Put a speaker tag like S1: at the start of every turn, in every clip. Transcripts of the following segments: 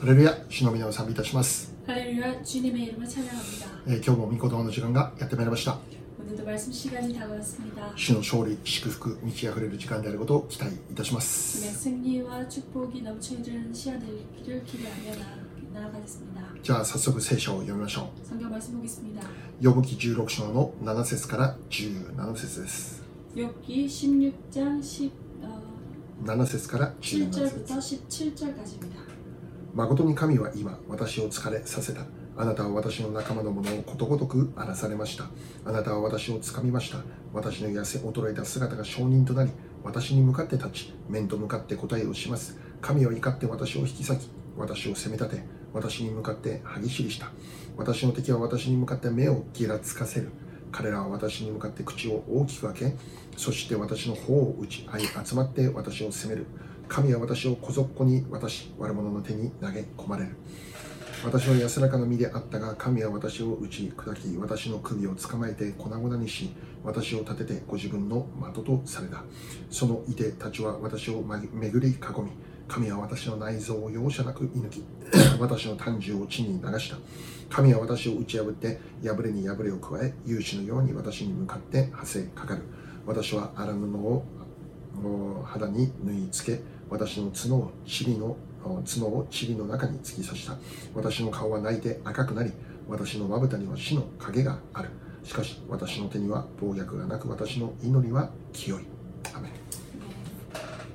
S1: 할렐루야主の皆を賛美いたします、
S2: 할렐루야 주님의 이름을 찬양합니다.
S1: えー今日も御言葉の時間がやってまいりました
S2: 오늘도 말씀 시간이 다가왔습니다.
S1: 主の勝利祝福満ち溢れる時間であることを期待いたします、
S2: 주님의 승리와 축복이 넘쳐흐르는 시간 되기를 기대하며 나- 나아가겠습니다.
S1: じゃあ早速聖書を読みましょ
S2: 성경 말씀 보겠습니다.
S1: う呼ぶ記16章の7節から17節です
S2: 욥기 16장 10, 어,
S1: 7節から17節
S2: 7절부터 17절까지입니다.
S1: 誠に神は今私を疲れさせたあなたは私の仲間のものをことごとく荒らされましたあなたは私を掴みました私の痩せ衰えた姿が証人となり私に向かって立ち面と向かって答えをします神は怒って私を引き裂き私を責め立て私に向かって歯ぎしりした私の敵は私に向かって目をぎらつかせる彼らは私に向かって口を大きく開けそして私の頬を打ち合い集まって私を責める神は私を小底に渡し悪者の手に投げ込まれる私は安らかな身であったが神は私を打ち砕き私の首を捕まえて粉々にし私を立ててご自分の的とされたそのいでたちは私をまぎ巡り囲み神は私の内臓を容赦なく射抜き私の胆汁を地に流した神は私を打ち破って破れに破れを加え勇士のように私に向かってはせかかる私は荒布をお肌に縫い付け私の角を尻のお角を尻の中に突き刺した私の顔は泣いて赤くなり私のまぶたには死の影があるしかし私の手には暴虐がなく私の祈りは清いアメン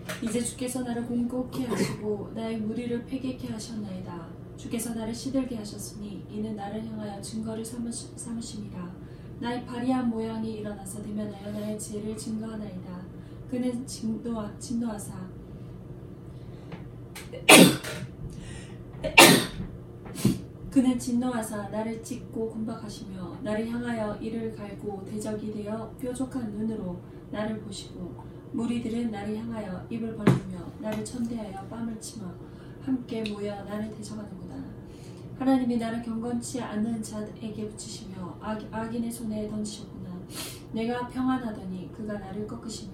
S2: 네. 이제 주께서 나를 공고케 하시고 나의 무리를 패게케 하셨나이다. 주께서 나를 시들게 하셨으니 이는 나를 향하여 증거를 삼으시- 삼으심이라. 나의 발이한 모양이 일어나서 대면하여 나의 죄를 증거하나이다. 그는 진노하, 진노하사 그는 진노하사 나를 찢고 곤박하시며 나를 향하여 이를 갈고 대적이 되어 뾰족한 눈으로 나를 보시고 무리들은 나를 향하여 입을 벌리며 나를 천대하여 뺨을 치며 함께 모여 나를 대적하는구나. 하나님이 나를 경건치 않은 자에게 붙이시며 악, 악인의 손에 던지셨구나. 내가 평안하더니 그가 나를 꺾으시며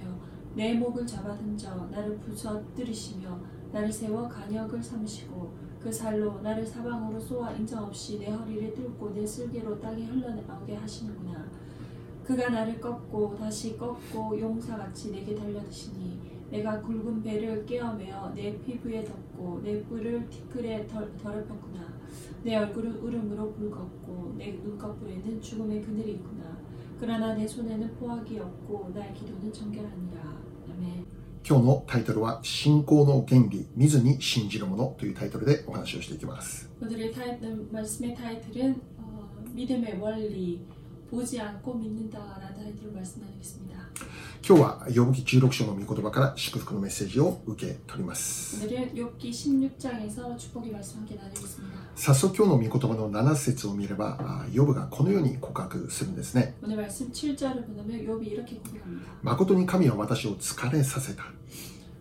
S2: 내 목을 잡아 던져 나를 부서뜨리시며 나를 세워 간역을 삼으시고 그 살로 나를 사방으로 쏘아 인정 없이 내 허리를 뚫고 내 쓸개로 땅에 흘러나오게 하시는구나. 그가 나를 꺾고 다시 꺾고 용사같이 내게 달려드시니 내가 굵은 배를 깨어매어 내 피부에 덮고 내 뿔을 티끌에 덜, 더럽혔구나 내 얼굴은 울음으로 붉었고 내 눈꺼풀에는 죽음의 그늘이 있구나 그러나 내 손에는 포악이 없고 나의 기도는 정결하니라 아멘
S1: 今日のタイトルは信仰の原理見ずに信じるものというタイトルでお話をしていきます
S2: 오늘의 타이틀, 말씀의 타이틀은 어, 믿음의 원리 보지 않고 믿는다라는 타이틀로 말씀드리겠습니다
S1: 今日は呼ぶ記16章の御言葉から祝福のメッセージを受け取ります
S2: 오늘은 욥기 16장에서 축복의 말씀 함께 나누겠습니다.
S1: 早速今日の御言葉の7節を見ればあヨブがこのように告白するんですね
S2: 오늘 말씀 7절을 보면 욥이 이렇게 고백합니다.
S1: 誠に神は私を疲れさせた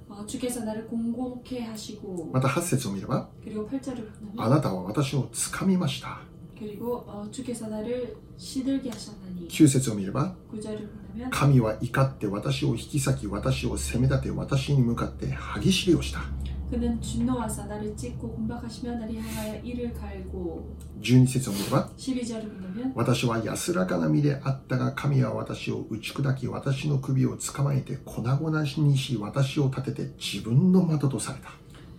S2: 어, 주께서 나를 공공케 하시고
S1: また8節を見れば
S2: 그리고 8절을
S1: あ
S2: 보면
S1: なたは私を掴みました
S2: 그리고 어, 주께서 나를 시들게 하셨나니
S1: 9節を見れば
S2: 9절을 보면
S1: 神は怒って私を引き裂き私を責め立て私に向かって歯ぎしりをした
S2: 그는 준노하사 나를 찢고 곤박하시며 나를 향하여 이를 갈고
S1: 12節を見れば
S2: 12절을 보면
S1: 私は安らかな身であったが神は私を打ち砕き私の首を捕まえて粉々にし私を立てて自分の的とされた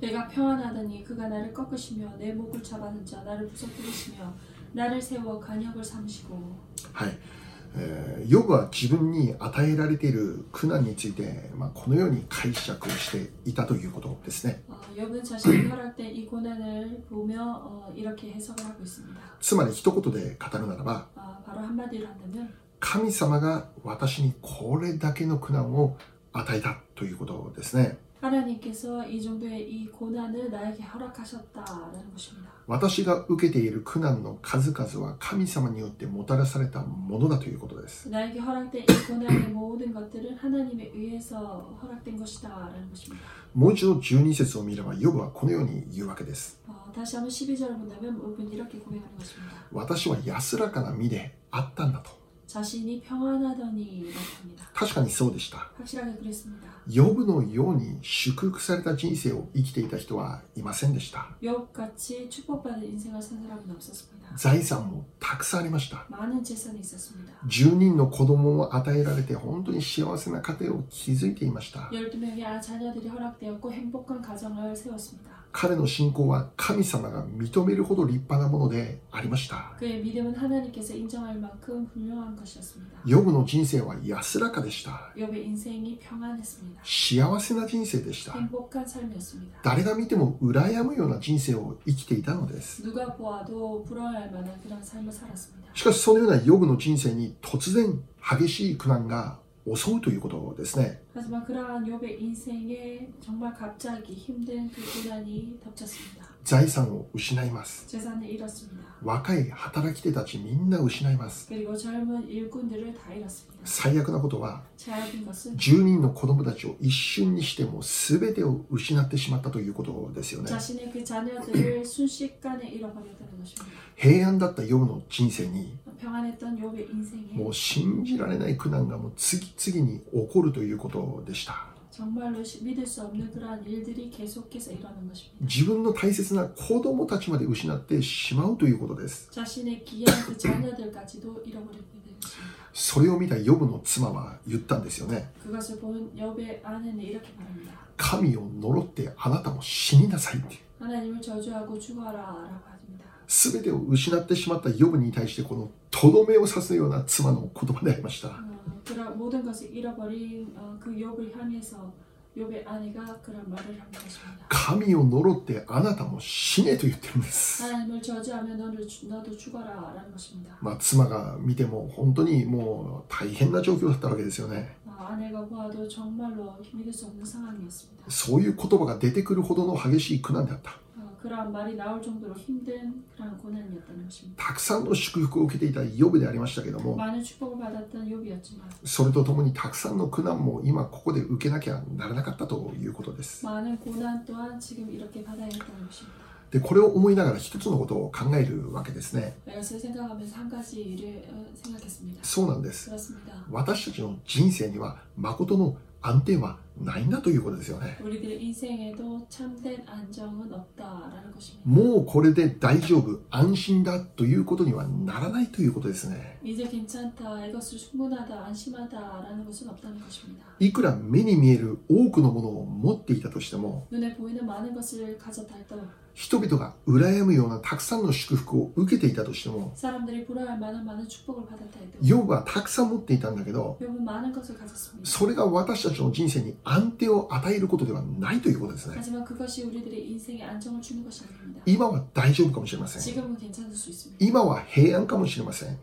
S2: 내가 평안하더니 그가 나를 꺾으시며 내 목을 잡아던져 나를 부서뜨리시며 나를 세워 간역을 삼으시고
S1: はい、えーヨブは自分に与えられている苦難について、まあ、このように解釈をしていたということですね
S2: 어, 여분 자신이 허락된 이 고난을 보며 어, 이렇게 해석을 하고 있습니다.
S1: つまり一言で語るならば
S2: 아, 바로 한마디로 한다면
S1: 神様が私にこれだけの苦難を与えたということですね
S2: 하나님께서 이 정도의 이 고난을 나에게 허락하셨다라는 것입니다.
S1: 私が受けている苦難の数々は神様によってもたらされたものだということです
S2: 나에게 허락된 이 고난의 모든 것들은 하나님에 의해서 허락된 것이다라는 것입니다.
S1: もう一度12節を見ればヨブはこのように言うわけです
S2: 어, 다시 한번 12절을 본다면 오분 이렇게 고백하는 것입니다.
S1: 私は安らかな身であったんだと
S2: 자신이 평안하더니라고 합니다.
S1: 確かにそうでした。
S2: 확실하게 그랬습니다.
S1: ヨブのように祝福された人生を生きていた人はいませんでした。
S2: 욥같이 축복받은 인생을 산 사람은 없었습니다.
S1: 財産もたくさんありました。
S2: 많은 재산이 있었습니다.
S1: 10人の子供を与えられて本当に幸せな家庭を築いていました。
S2: 12명의 아, 자녀들이 허락되었고 행복한 가정을 세웠습니다.
S1: 彼の信仰は神様が認めるほど立派なものでありました。
S2: 그의 믿음은 하나님께서 인정할 만큼 훌륭한 것이었습니다.
S1: ヨブの人生は安らかでした。
S2: 욥의 인생이 평안했습니다.
S1: 幸せな人生でした。
S2: 행복한 삶이었습니다.
S1: 誰が見ても羨むような人生を生きていたのです。
S2: 누가 보아도 부러워할 만한 그런 삶을 살았습니다.
S1: しかしそのようなヨブの人生に突然激しい苦難が襲うということですね。
S2: 하지만 그러한 욥의 인생에 정말 갑자기 힘든 그 고난이 덮쳤습니다.
S1: 財産を失います。
S2: 재산을 잃었습니다.
S1: 若い働き手たちみんな失います。
S2: 그리고 젊은 일꾼들을 다 잃었습니다.
S1: 最悪なことは
S2: 제약인 것은
S1: 10人の子供たちを一瞬にしても全てを失ってしまったということですよね
S2: 자신의 그 자녀들을 순식간에 잃어버렸다는 것입니다.
S1: 平安だったヨブの人生に
S2: 평안했던 욥의 인생에
S1: もう信じられない苦難がもう次々に起こるということでした
S2: 정말로 시- 믿을 수 없는 그러한 일들이 계속해서 일어난 것입니다.
S1: 自分の大切な子供たちまで失ってしまうということです
S2: 자신의 귀한 그 자녀들까지도 잃어버리게 된 것입니다.
S1: それを見たヨブの妻は言ったんですよね
S2: 그것을 본 욥의 아내는 이렇게 말합니다.
S1: 神を呪ってあなたも死になさいって
S2: 하나님을 저주하고 죽어라라고 합니다.
S1: 全てを失ってしまったヨブに対してこのとどめを刺すような妻の言葉でありました
S2: 어, 그런 모든 것을 잃어버린 어, 그 욥을 향해서 욥의 아내가 그런 말을 한 것입니다.
S1: 神を呪ってあなたも死ねと言ってるんです。
S2: 하나님을 저주하면 너를 주- 너도 죽어라라는 것입니다.
S1: まあ、妻が見ても本当にもう大変な状況だったわけですよね。
S2: 어, 아내가 보아도 정말로 믿을 수 없는 상황이었습니다.
S1: そういう言葉が出てくるほどの激しい苦難であった。
S2: 어, 그러한 말이 나올 정도로 힘든 그러한 고난이었다는 것입니다.
S1: たくさんの祝福を受けていたヨブでありましたけども、
S2: 많은 축복을 받았던 욥이었지만
S1: それとともにたくさんの苦難も今ここで受けなきゃならなかったということです。
S2: 많은 고난 또한 지금 이렇게 받아야 했다는 것입니다.
S1: で、これを思いながら一つのことを考えるわけですね。
S2: 이것을 생각하면서 한 가지 일을 어, 생각했습니다.
S1: そうなんです。
S2: 그렇습니다.
S1: 私たちの人生には誠の安定はないんだということですよね。
S2: 우리들의 인생에도 참된 안정은 없다라는 것입니다.
S1: もうこれで大丈夫、安心だということにはならないということですね。
S2: 이제 괜찮다, 이것을 충분하다, 안심하다라는 것은 없다는 것입니다.
S1: いくら目に見える多くのものを持っていたとしても、
S2: 눈에 보이는 많은 것을 가졌다 해도
S1: 人々が羨むようなたくさんの祝福を受けていたとしても、
S2: 사람들이 부러워할 만한 많은 축복을 받았다 해도
S1: ヨブはたくさん持っていたんだけど、
S2: 욥은 많은 것을 가졌습니다.
S1: それが私たちの人生に安定を与えることではないということですね。
S2: 하지만 그것이 우리들의 인생에 안정을 주는 것이 아닙니다.
S1: 今は大丈夫かもしれません。
S2: 지금은 괜찮을 수 있습니다.
S1: 今は平安かもしれません。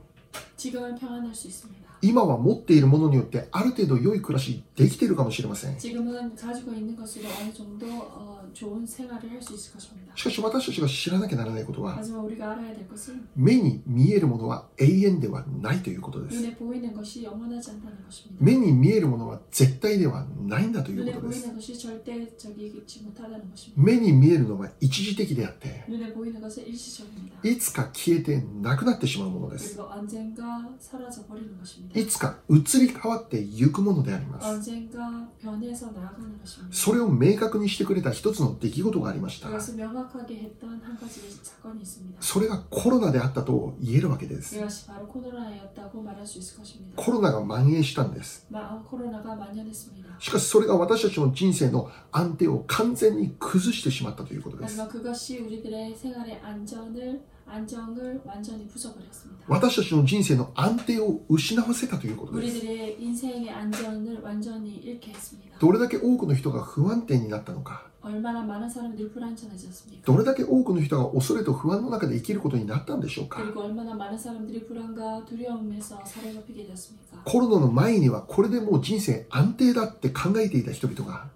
S2: 지금은 평안할 수 있습니다.
S1: 今は持っているものによってある程度良い暮らしできているかもしれません。
S2: 지금은 가지고 있는 것으로 어느 정도 어, 좋은 생활을 할 수 있을 것입니다.
S1: しかし私たちが知らなきゃならないことは、
S2: 하지만 우리가 알아야 될 것은
S1: 目に見えるものは永遠ではないということです。
S2: 눈에 보이는 것이 영원하지 않다는 것입니다.
S1: 目に見えるものは絶対ではないんだという
S2: 눈에
S1: ことです。
S2: 보이는 것이 절대적이지 못하다는 것입니다.
S1: 目に見えるのは一時的であって、
S2: 눈에 보이는 것은 일시적입니다.
S1: いつか消えてなくなってしまうものです。
S2: 그리고 언젠가 사라져 버리는 것입니다.
S1: いつか移り変わってゆくものであります。
S2: 언젠가 변해서 나아가는 것입니다.
S1: それを明確にしてくれた一つの出来事がありました。
S2: 그것을 명확하게 했던 한 가지 사건이 있습니다.
S1: それがコロナであったと言えるわけです。
S2: 이것이 바로 코로나였다고 말할 수 있을 것입니다.
S1: コロナが蔓延したんです。
S2: 마, 코로나가 만연했습니다.
S1: しかしそれが私たちの人生の安定を完全に崩してしまったということです。
S2: 하지만 그것이 우리들의 생활의 안전을 안정을 완전히 부숴버렸습니다.
S1: 私たちの人生の安定を失わせたということです。
S2: 우리들의 인생의 안전을 완전히 잃게 했습니다.
S1: どれだけ多くの人が不安定になったのか、
S2: 얼마나 많은 사람들이 불안전해졌습니까?
S1: どれだけ多くの人が恐れと不安の中で生きることになったんでしょうか。
S2: 그리고 얼마나 많은 사람들이 불안과 두려움에서 사로잡히게 되었습니까?
S1: コロナの前にはこれでもう人生安定だって考えていた人々が、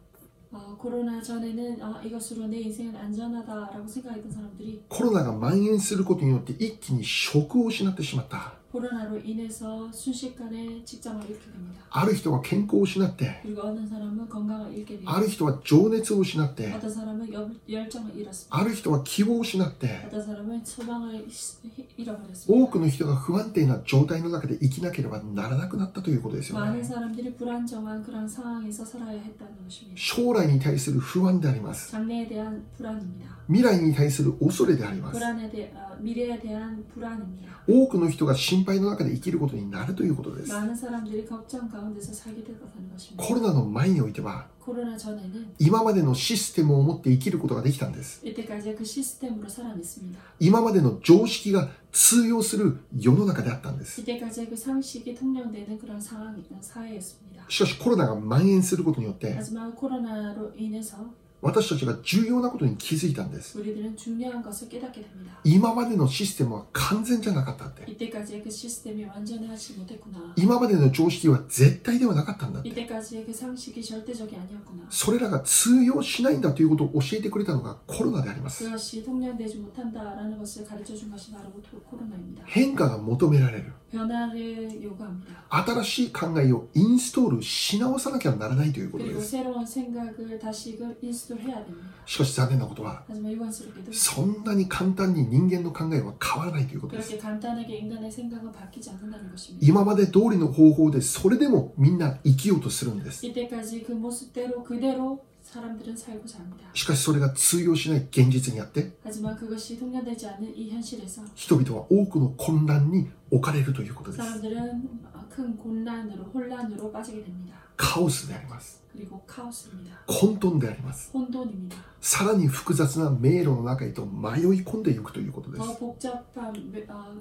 S2: 어, 코로나 전에는 아, 이것으로 내 인생은 안전하다라고 생각했던 사람들이
S1: コロナが蔓延することによって一気に職を失ってしまった。
S2: 코로나로 인해서 순식간에 직장을 잃게 됩니다.
S1: ある人は健康を失って、
S2: 그리고 어떤 사람은 건강을 잃게
S1: ある
S2: 됩니다.
S1: 人は情熱を失って、
S2: 어떤 사람은 열, 열정을 잃었습니다.
S1: ある人は希望を失って、
S2: 어떤 사람은 소망을 잃-
S1: 多く
S2: 잃어버렸습니다.
S1: の人が不安定な状態の中で生きなければならなくなったということですよ
S2: 많은
S1: ね。
S2: 사람들이 불안정한 그런 상황에서 살아야 했다는 것입니다.
S1: 将来に対する不安であります。
S2: 장래에 대한 불안입니다.
S1: 未来に対する恐れであります。
S2: 불안에 대, 어, 미래에 대한 불안입니다.
S1: 多くの人が心配の中で生きることになるということです。
S2: 많은 사람들이 걱정 가운데서 살게 된다는 것입니다.
S1: コロナの前においては、
S2: 코로나 전에는
S1: 今までのシステムを持って生きることができたんです。
S2: 이때까지 그 시스템으로 살아냈습니다.
S1: 今までの常識が通用する世の中であったんです。
S2: 이때까지 그 상식이 통용되는 그런 상황 사회였습니다.
S1: しかしコロナが蔓延することによって、
S2: 하지만 코로나로 인해서
S1: 私たちが重要なことに気づいたんです。
S2: 우리들은 중요한 것을 깨닫게 됩니다.
S1: 今までのシステムは完全じゃなかったって。
S2: 이때까지의 그 시스템이 완전히 하지 못했구나.
S1: 今までの常識は絶対ではなかったんだって。
S2: 이때까지의 그 상식이 절대적이 아니었구나.
S1: それらが通用しないんだということを教えてくれたのがコロナであります。
S2: 그것이 통용되지 못한다라는 것을 가르쳐 준 것이 바로 코- 코로나입니다.
S1: 変化が求められる。
S2: 변화를 요구합니다.
S1: 新しい考えをインストールし直さなきゃならないということで
S2: 그리고
S1: す。
S2: 새로운 생각을 다시금 인스톨해야 됩니다.
S1: しかし残念なことは、
S2: 하지만 유관스럽게도
S1: そんなに簡単に人間の考えは変わらないということです。
S2: 그렇게 간단하게 인간의 생각은 바뀌지 않는다는 것입니다.
S1: 今まで通りの方法でそれでもみんな生きようとするんです。
S2: 이때까지 그 모습대로 그대로 사람들은 살고 삽니다.
S1: しかしそれが通用しない現実にあって、
S2: 하지만 그것이 통용되지 않는 이 현실에서
S1: 人々は多くの混乱に置かれるということです。
S2: 사람들은 큰 곤란으로 혼란으로 빠지게 됩니다.
S1: カオスであります。
S2: 그리고 카오스입니다.
S1: 混沌であります。
S2: 혼돈입니다.
S1: さらに複雑な迷路の中へと迷い込んでいくということで
S2: 더
S1: す。
S2: 복잡한 어,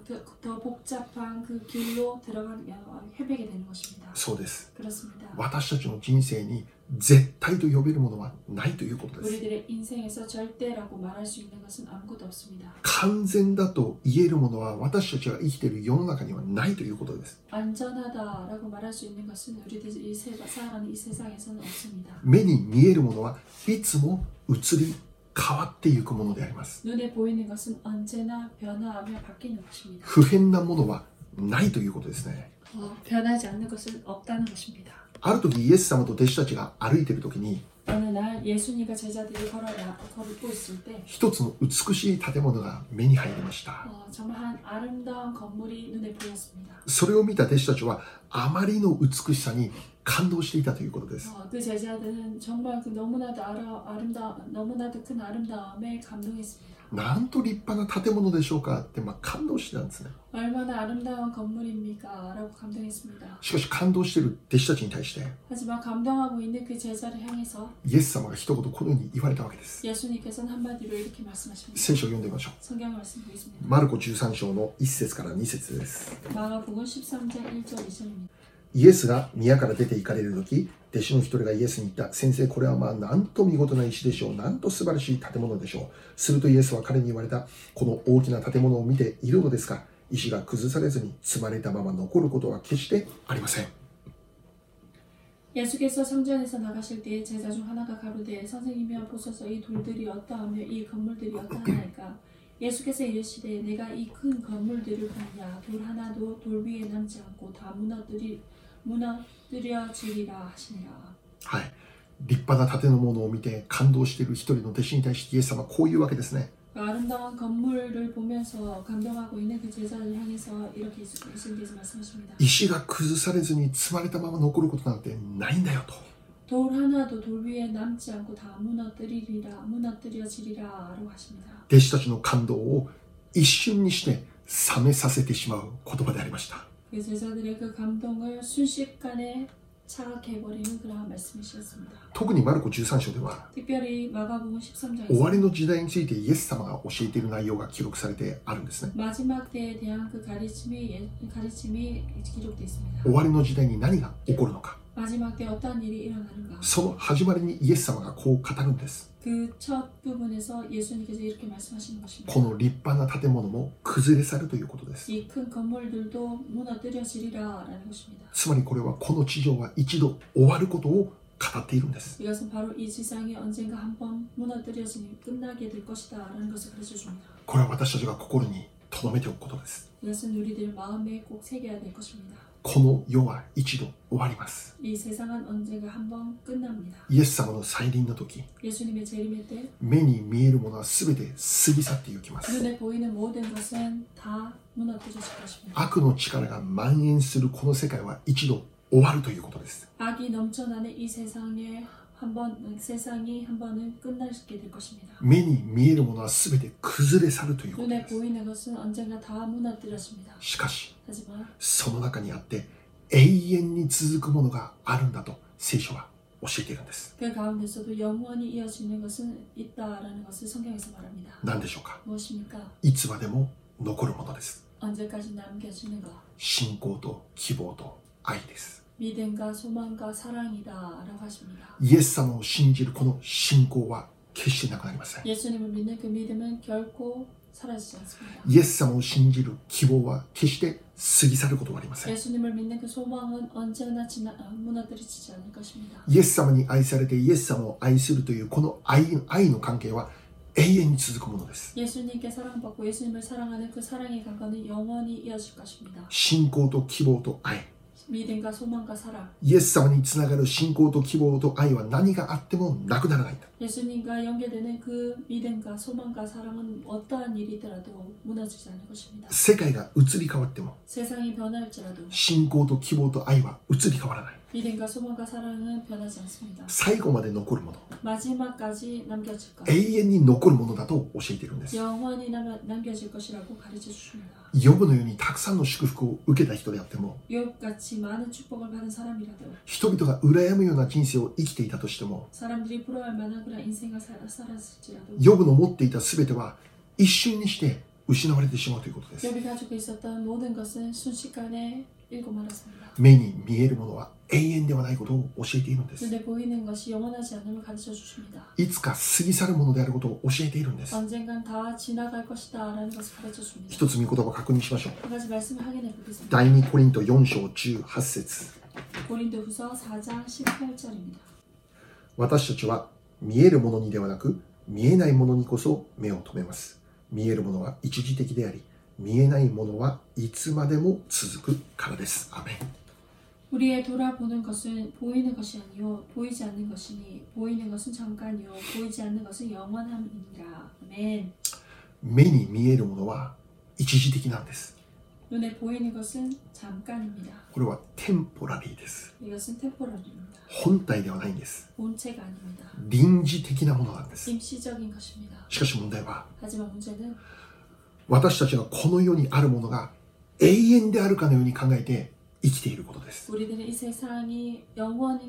S2: 더, 더 복잡한 그 길로 들어가는 어, 헤매게 되는 것입니다.
S1: そうです。
S2: 그렇습니다.
S1: 私たちの人生に絶対と呼べるものはないということです。
S2: 우리들의 인생에서 절대라고 말할 수 있는 것은 아무것도 없습니다.
S1: 完全だと言えるものは私たちが生きている世の中にはないということです。
S2: 안전하다라고 말할 수 있는 것은 우리들이 이 세상, 살아가는 이 세상에서는 없습니다.
S1: 目に見えるものはいつも移り変わっていくものであります。
S2: 눈에 보이는 것은 언제나 변화하며 바뀌는 것입니다.
S1: 不変なものはないということですね。
S2: 어, 변하지 않는 것은 없다는 것입니다.
S1: ある時イエス様と弟子たちが歩いている時に
S2: 어느 날 예수님과 제자들이 걸어나 걸고 있을 때
S1: 一つの美しい建物が目に入りました
S2: 어, 정말 한 아름다운 건물이 눈에 보였습니다.
S1: それを見た弟子たちはあまりの美しさに感動していたということです
S2: 어, 그 제자들은 정말 그 너무나도 아라, 아름다 너무나도 큰 아름다움에 감동했습니다.
S1: なんと立派な建物でしょうかって、まあ、感動してたんですね
S2: 얼마나 아름다운 건물입니까?라고 감동했습니다.
S1: しかし感動している弟子たちに対して
S2: 하지만 감동하고 있는 그 제자를 향해서
S1: イエス様が一言このように言われたわけです
S2: 예수님께서는 한마디로 이렇게 말씀하십니다.
S1: 聖書を読んでみましょう
S2: 성경 말씀 보겠습니다.
S1: マルコ13章の1節から2節です
S2: 마가복음 13장 1절 2절입니다.
S1: イエスが宮から出て行かれる時弟子の一人がイエスに言った先生これはまあなんと見事な石でしょうなんと素晴らしい建物でしょうするとイエスは彼に言われたこの大きな建物を見ているのですか石が崩されずに積まれたまま残ることは決してありません
S2: 예수께서 성전에서 나가실 때에 제자 중 하나가 가로되 선생님이여 보소서 이 돌들이 어떠하며 이 건물들이 어떠하나이까 예수께서 이르시되 내가 이 큰 건물들을 보냐 돌 하나도 돌 위에 남지 않고 다 무너뜨리 무너뜨려지리라 하시니라
S1: はい立派な建物を見て感動している一人の弟子に対してイエス様はこういうわけですね
S2: 그 아름다운 건물을 보면서 감동하고 있는 그 제자를 향해서 이렇게 예수- 예수님께서 말씀하십니다.
S1: 石が崩されずに積まれたまま残ることなんてないんだよと
S2: 돌 하나도 돌 위에 남지 않고 다 무너뜨리리라 무너뜨려지리라라고 하십니다.
S1: 弟子たちの感動を一瞬にして冷めさせてしまう言葉でありました
S2: 그 제자들의 그 감동을 순식간에 차갑게 해버리는 그러한 말씀이셨습니다.
S1: 特にマルコ13章では
S2: 특별히 마가복음
S1: 終わ
S2: 13장에서
S1: りの時代についてイエス様が教えている内容が記録されてあるんですね
S2: 마지막 때에 대한 그 가르침이 예- 가르침이 기록되어 있습니다.
S1: 終わりの時代に何が起こるのか
S2: 마지막 때 어떠한 일이 일어나는가?
S1: その始まりにイエス様がこう語るんです
S2: 그 첫 부분에서 예수님께서 이렇게 말씀하시는 것입니다.
S1: この立派な建物も崩れ去るということです
S2: 이 큰 건물들도 무너뜨려지리라라는 것입니다.
S1: つまりこれはこの地上は一度終わることを語っているんです
S2: 이것은 바로 이 지상이 언젠가 한번 무너뜨려지니 끝나게 될 것이다라는 것을 가르쳐 줍니다.
S1: これは私たちが心にとどめておくことです
S2: 이것은 우리들 마음에 꼭 새겨야 될 것입니다.
S1: この世は一度終わります
S2: 이 세상은 언젠가 한번 끝납니다.
S1: イエス様の再臨の時
S2: 예수님의 재림의 때
S1: 目に見えるものは全て過ぎ去っていきます
S2: 눈에 보이는 모든 것은 다 무너뜨려질 것입니다.
S1: 悪の力が蔓延するこの世界は一度終わるということです
S2: 악이 넘쳐나는 이 세상에 한번 세상이 한 번은 끝나게 될 것입니다.
S1: 目に見えるものは全て崩れ去るということ
S2: 눈에
S1: です
S2: 보이는 것은 언젠가 다 무너뜨렸습니다.
S1: しかし
S2: 하지만
S1: その中にあって永遠に続くものがあるんだと聖書は教えているんです
S2: 그 가운데서도 영원히 이어지는 것은 있다라는 것을 성경에서 말합니다.
S1: 何でしょうか
S2: 무엇입니까?
S1: いつまでも残るものです
S2: 언제까지 남겨지는 것.
S1: 信仰と希望と愛です
S2: 믿음과 소망과 사랑이다라고 하십니다.
S1: イエス様を信じるこの信仰は決してなくなりません
S2: 예수님을 믿는 그 믿음은 결코 사라지지 않습니다.
S1: イエス様を信じる希望は決して過ぎ去ることはありません
S2: 예수님을 믿는 그 소망은 언제나 지나, 아, 무너뜨리지 않을 것입니다.
S1: イエス様に愛されてイエス様を愛するというこの愛愛の関係は永遠に続くものです
S2: 예수님께 사랑받고 예수님을 사랑하는 그 사랑의 관계는 영원히 이어질 것입니다.
S1: 信仰と希望と愛
S2: 믿음과 소망과 사랑,
S1: イエス様につながる信仰と希望と愛は何があってもなくならないんだ
S2: 예수님과 연계되는 그 믿음과 소망과 사랑은 어떠한 일이더라도 무너지지 않을 것입니다.
S1: 世界が移り変わっても
S2: 세상이 변할지라도
S1: 信仰と希望と愛は移り変わらない
S2: 믿음과 소망과 사랑은 변하지 않습니다.
S1: 最後まで残るもの
S2: 마지막까지 남겨질 것,
S1: 永遠に残るものだと教えているんです
S2: 영원히 남, 남겨질 것이라고 가르쳐 주십니다.
S1: ヨブのようにたくさんの祝福を受けた人であっても
S2: 이웃같이 많은 축복을 받은 사람이라도
S1: 人々が羨むような人生を生きていたとしても
S2: 사람들이 부러워할 만한 그런 인생을 살- 살았을지라도
S1: ヨブの持っていた全ては一瞬にして失われてしまうということです
S2: 여비 가지고 있었던 모든 것은 순식간에 잃고 말았습니다.
S1: 目に見えるものは永遠ではないことを教えているんです
S2: 눈에 보이는 것이 영원하지 않음을 가르쳐 주십니다.
S1: いつか過ぎ去るものであることを教えているんです
S2: 언젠간 다 지나갈 것이다 라는 것을 가르쳐 줍니다.
S1: 一つ見言葉を確認しましょう
S2: 한 가지 말씀을 확인해 보겠습니다.
S1: 第2コリント4章18節
S2: 고린도후서 4장 18절입니다.
S1: 私たちは見えるものにではなく見えないものにこそ目を留めます見えるものは一時的であり見えないものはいつまでも続くからですアメン
S2: 우리의 돌아보는 것은 보이는 것이 아니요 보이지 않는 것이니 보이는 것은 잠깐이요 보이지 않는 것은 영원함이니라. 아멘.
S1: 目に見えるものは一時的なんです
S2: 눈에 보이는 것은 잠깐입니다.
S1: これはテンポラリーです
S2: 이것은 템포럴입니다.
S1: 本体ではないんです
S2: 본체가 아닙니다.
S1: 臨時的なものなんです
S2: 임시적인 것입니다.
S1: しかし問題は
S2: 하지만 문제는
S1: 私たちがこの世にあるものが永遠であるかのように考えて生きていることです
S2: 우리들은 이 세상이 영원한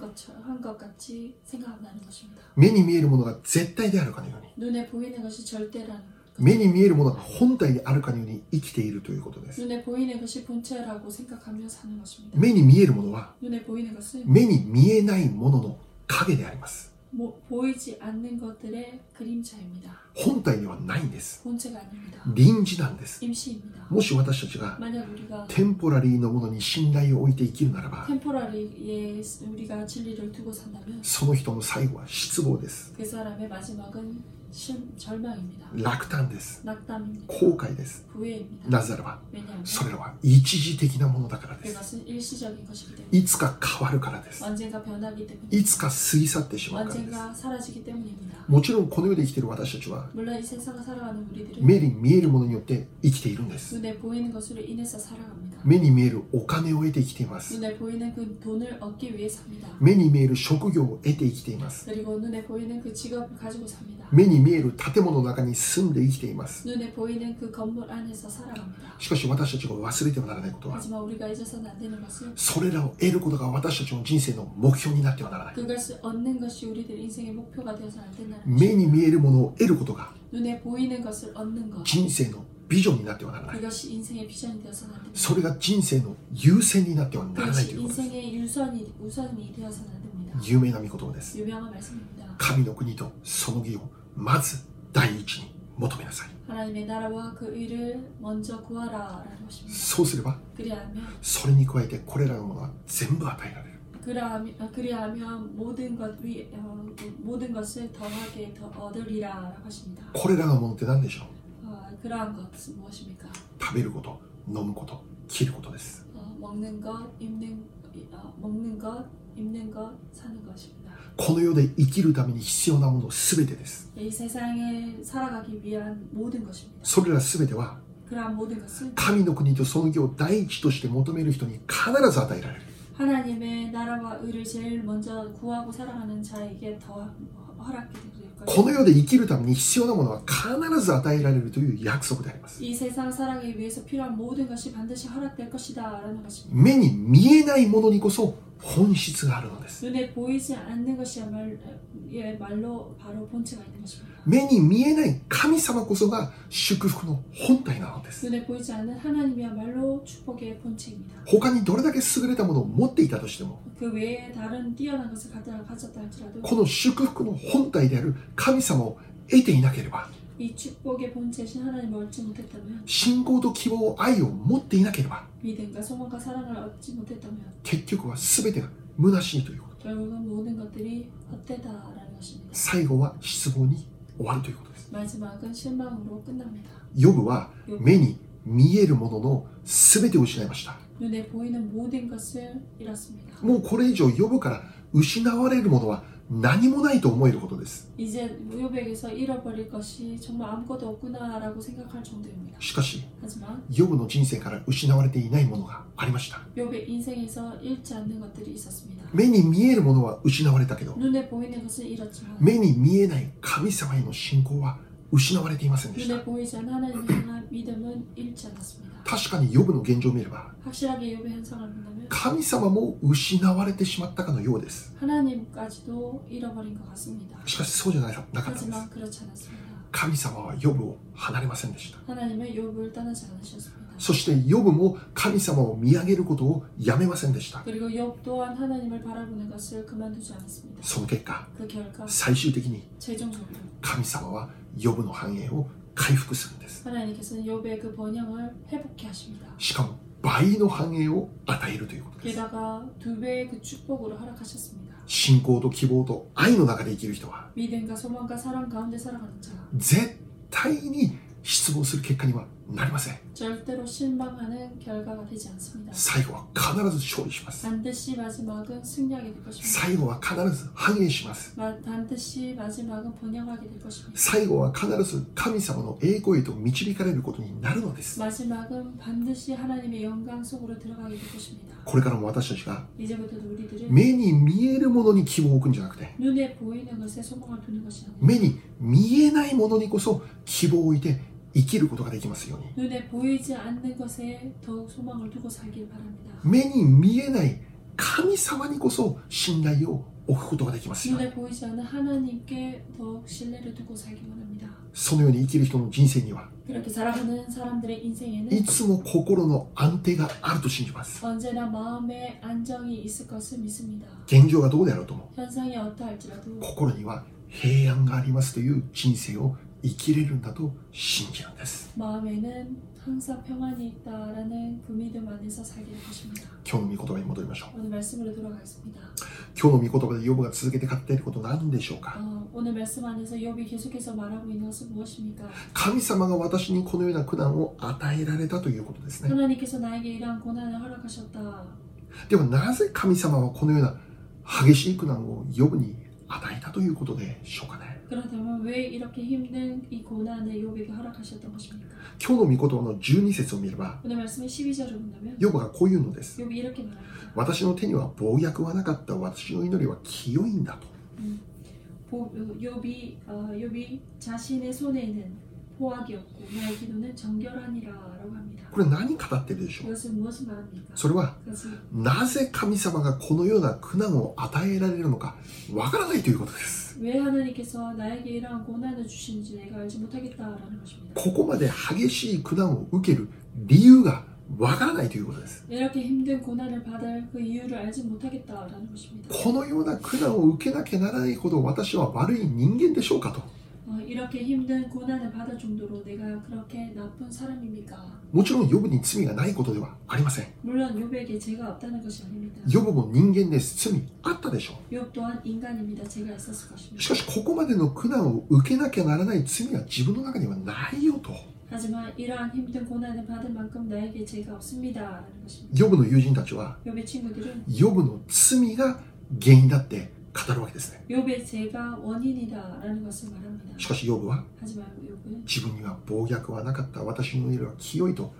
S2: 것처럼 한것 같이 생각한다는 것입니다.
S1: 目に見えるものが絶対であるかのように
S2: 눈에 보이는 것이 절대라는 것.
S1: 目に見えるものが本体であるかのように生きているということです
S2: 눈에 보이는 것이 본체라고 생각하며 사는 것입니다.
S1: 目に見えるものは
S2: 눈에 보이는 것은
S1: 目に見えないものの影であります
S2: 모- 뭐, 보이지 않는 것들의 그림자입니다.
S1: 本体ではないんです
S2: 본체가 아닙니다.
S1: 臨時なんです
S2: 임시입니다.
S1: もし私たちが
S2: 만약 우리가
S1: テンポラリーのものに信頼を置いて生きるならば
S2: 템포러리에 우리가 진리를 두고 산다면
S1: その人の最後は失望です
S2: 그 사람의 마지막은 심, 절망입니다.
S1: 落胆です
S2: 낙담입니다.
S1: 後悔ですな
S2: 후회입니다.
S1: ぜならば
S2: 왜냐하면
S1: それらは一時的なものだからです
S2: 그것은 일시적인 것이기 때문에
S1: いつか変わるからです。
S2: 언젠가 변하기 때문에
S1: いつか過ぎ去ってしまうからです。
S2: 언젠가 사라지기 때문입니다.
S1: もちろんこの世で生きている私たちは、
S2: 물론 이 세상을 살아가는 우리들은
S1: 目に見えるものによって生きているんです。
S2: 눈에 보이는 것으로 인해서 살아갑니다.
S1: 目に見えるお金を得て生きています。
S2: 눈에 보이는 그 돈을 얻기 위해 삽니다.
S1: 目に見える職業を得て生きています。
S2: 그리고 눈에 보이는 그 직업을 가지고 삽니다.
S1: 目に見える建物の中に住んで生きています。
S2: 눈에 보이는 그 건물 안에서 살아갑니다.
S1: しかし私たちが忘れてはならないことは、
S2: 하지만 우리가 잊어서는 안 되는 것은
S1: それらを得ることが私たちの人生の目標になってはならない。
S2: 그것을 얻는 것이 우리들 인생의 목표가 되어서는 안 된다는 것입니다.
S1: 目に見えるものを得ることが
S2: 눈에 보이는 것을 얻는 것
S1: 人生のビジョンになってはならない。
S2: 그것이 인생의 비전이 되어서는 안 됩니다.
S1: それが人生の優先になってはならないと
S2: 그것이
S1: いうことです。
S2: 인생의 유선이 우선이 되어서는 안 됩니다.
S1: 有名な御言葉です。
S2: 유명한 말씀입니다.
S1: 神の国とその義をまず第一に求めなさい
S2: 하나님의 나라와 그 의를 먼저 구하라라는 것입니다.
S1: そうすれば
S2: 그리하면
S1: それに加えてこれらのものは全部与えられる
S2: 그리하면 아, 그리하면 모든 것 위, 어, 모든 것을 더하게 더 얻으리라라고 하십니다.
S1: これらのものって何でしょう
S2: 어, 그러한 것은 무엇입니까?
S1: 食べること飲むこと切ることです
S2: 어, 먹는 것, 입는 어, 먹는 것, 입는 것, 사는 것입니다.
S1: この世で生きるために必要なもの全てです
S2: 이 세상에 살아가기 위한 모든 것입니다.
S1: それら全ては
S2: 그러한 모든 것은
S1: 神の国とその義を第一として求める人に必ず与えられる
S2: 하나님의 나라와 의를 제일 먼저 구하고 살아가는 자에게 더 허락이 될
S1: こ
S2: 것입니다.
S1: の世で生きるために必要なものは必ず与えられるという約束であります
S2: 이 세상 살아가기 위해서 필요한 모든 것이 반드시 허락될 것이다라는 것입니다.
S1: 目に見えないものにこそ本質があるのです
S2: 눈에 보이지 않는 것이야말로 예, 말로 바로 본체가 있는 것입니다.
S1: 目に見えない神様こそが祝福の本体なのです
S2: 눈에 보이지 않는 하나님이야말로 축복의 본체입니다.
S1: 他にどれだけ優れたものを持っていたとしても
S2: 그 외에 다른 뛰어난 것을 가져- 가졌다 할지라도
S1: この祝福の本体である神様を得ていなければ
S2: 이 축복의 본체신 하나님을 얻지 못했다면
S1: 信仰と希望愛を持っていなければ
S2: 믿음과 소망과 사랑을 얻지 못했다면
S1: 結局は全てが虚しいということ
S2: 결국은 모든 것들이 헛되다라는 것입니다.
S1: 最後は失望に終わるということです
S2: 마지막은 실망으로 끝납니다.
S1: ヨブは
S2: ヨブ
S1: 目に見えるものの全てを失いました
S2: 눈에 보이는 모든 것을 잃었습니다.
S1: もうこれ以上呼ぶから失われるものは何もないと思えることです
S2: 이제 무효백에서 잃어버릴 것이 정말 아무것도 없구나라고 생각할 정도입니다.
S1: しかし
S2: 하지만
S1: ヨブの人生から失われていないものがありました
S2: 욥의 인생에서 잃지 않는 것들이 있었습니다.
S1: 目に見えるものは失われたけど
S2: 눈에 보이는 것은 잃었지만
S1: 目に見えない神様への信仰は失われていませんでした
S2: 눈에 보이지 않는 하나님을 향한 믿음은 잃지 않았습니다.
S1: 確かにヨブの現状を見れば
S2: 확실하게 욥의 현상을 본다면
S1: 神様も失われてしまったかのようです
S2: 하나님까지도 잃어버린 것 같습니다.
S1: しかしそうじゃなかったんです
S2: 하지만 그렇지 않았습니다.
S1: 神様はヨブを離れませんでした
S2: 하나님은 욥을 떠나지 않으셨습니다.
S1: そしてヨブも神様を見上げることをやめませんでした
S2: 그리고 욥 또한 하나님을 바라보는 것을 그만두지 않았습니다.
S1: その結果
S2: 그 결과
S1: 最終的に
S2: 최종적으로
S1: 神様はヨブの繁栄を回復するんです
S2: 하나님께서는 욥의 그 번영을 회복케 하십니다.
S1: しかも倍の繁栄を与えるということです
S2: 게다가 두 배의 그 축복으로 허락하셨습니다.
S1: 信仰と希望と愛の中で生きる人は
S2: 믿음과 소망과 사랑 가운데 살아가는 자
S1: 絶対に失望する結果にはなりません
S2: 절대로 실망하는 결과가 되지 않습니다.
S1: 最後は必ず勝利します
S2: 반드시 마지막은 승리하게 될 것입니다.
S1: 最後は必ず繁栄します
S2: 마- 반드시 마지막은 번영하게 될 것입니다.
S1: 最後は必ず神様の栄光へと導かれることになるのです
S2: 마지막은 반드시 하나님의 영광 속으로 들어가게 될 것입니다.
S1: これからも私たちが
S2: 이제부터도 우리들은
S1: 目に見えるものに希望を置くんじゃなくて
S2: 눈에 보이는 것에 소망을 두는 것이 아니라
S1: 目に見えないものにこそ希望を置いて生きることができますように
S2: 눈에 보이지 않는 것에 더욱 소망을 두고 살길 바랍니다.
S1: 目に見えない神様にこそ信頼を置くことができますように
S2: 눈에 보이지 않는 하나님께 더욱 신뢰를 두고 살기 원합니다.
S1: そのように生きる人の人生には
S2: 그렇게 살아가는 사람들의 인생에는
S1: いつも心の安定があると信じます
S2: 언제나 마음의 안정이 있을 것을 믿습니다.
S1: 現状がどうであろうとも
S2: 현상이 어떠할지라도
S1: 心には平安がありますという人生を生きれるんだと信じるんです
S2: 마음에는 항상 평안이 있다라는 그 믿음 안에서 살게 될 것입니다.
S1: 今日の御言葉に戻りましょう
S2: 오늘 말씀으로 돌아가겠습니다.
S1: 今日の御言葉でヨブが続けて語っていること何でしょうか
S2: 어, 오늘 말씀 안에서 욥이 계속해서 말하고 있는 것은 무엇입니까?
S1: 神様が私にこのような苦難を与えられたということですね
S2: 하나님께서 나에게 이러한 고난을 허락하셨다.
S1: でもなぜ神様はこのような激しい苦難をヨブに与えたということでしょうかね
S2: 그렇다면 왜 이렇게 힘든 이 고난을 욥에게 허락하셨던 것입니까?
S1: 今日の御言葉の12節を見れば
S2: 오늘 말씀의 12절을 본다면
S1: ヨブがこう言うのです
S2: 욥이 이렇게 말합니다.
S1: 私の手には暴虐はなかった私の祈りは清いんだと
S2: 보- 어, 욥이 어, 욥이 자신의 손에는 포악이 없고 나의 기도는 정결하니라라고 합니다.
S1: これ何語ってるでしょう
S2: 그것은 무엇을 말합니까?
S1: それは
S2: 그것은
S1: なぜ神様がこのような苦難を与えられるのかわからないということです
S2: 왜 하나님께서 나에게 이러한 고난을 주신지 내가 알지 못하겠다라는 것입니다.
S1: ここまで激しい苦難を受ける理由がわからないということです
S2: 이렇게 힘든 고난을 받을 그 이유를 알지 못하겠다라는 것입니다.
S1: このような苦難を受けなきゃならないほど私は悪い人間でしょうかと
S2: 어, 이렇게 힘든 고난을 받을 정도로 내가 그렇게 나쁜 사람입니까?
S1: もちろんヨブに罪がないことではありません
S2: 물론 욥에게 죄가 없다는 것이 아닙니다.
S1: ヨブも人間です罪あったでしょ
S2: 욥 또한 인간입니다. 죄가 있었을
S1: う
S2: 것입니다.
S1: しかしここまでの苦難を受けなきゃならない罪は自分の中にはないよと
S2: 하지만 하지만 이러한 힘든 고난을 받은 만큼 나에게 죄가 없습니다. 라는 것입니다.
S1: ヨブの友人たちは
S2: 욥의 친구들은
S1: ヨブの罪が原因だって語るわけですね
S2: 욥의 죄가 원인이다. 라는 것을 말합니다.
S1: しかしヨブは
S2: 하지만 욥은
S1: 自分には暴虐はなかった私の家は清いと語